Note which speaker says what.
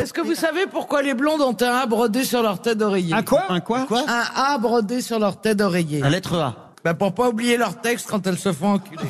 Speaker 1: Est-ce que vous savez pourquoi les blondes ont un A brodé sur leur tête d'oreiller
Speaker 2: Un quoi
Speaker 3: Un quoi
Speaker 1: Un A brodé sur leur tête d'oreiller. Ben,
Speaker 3: La lettre A.
Speaker 1: Bah pour pas oublier leur texte quand elles se font enculer.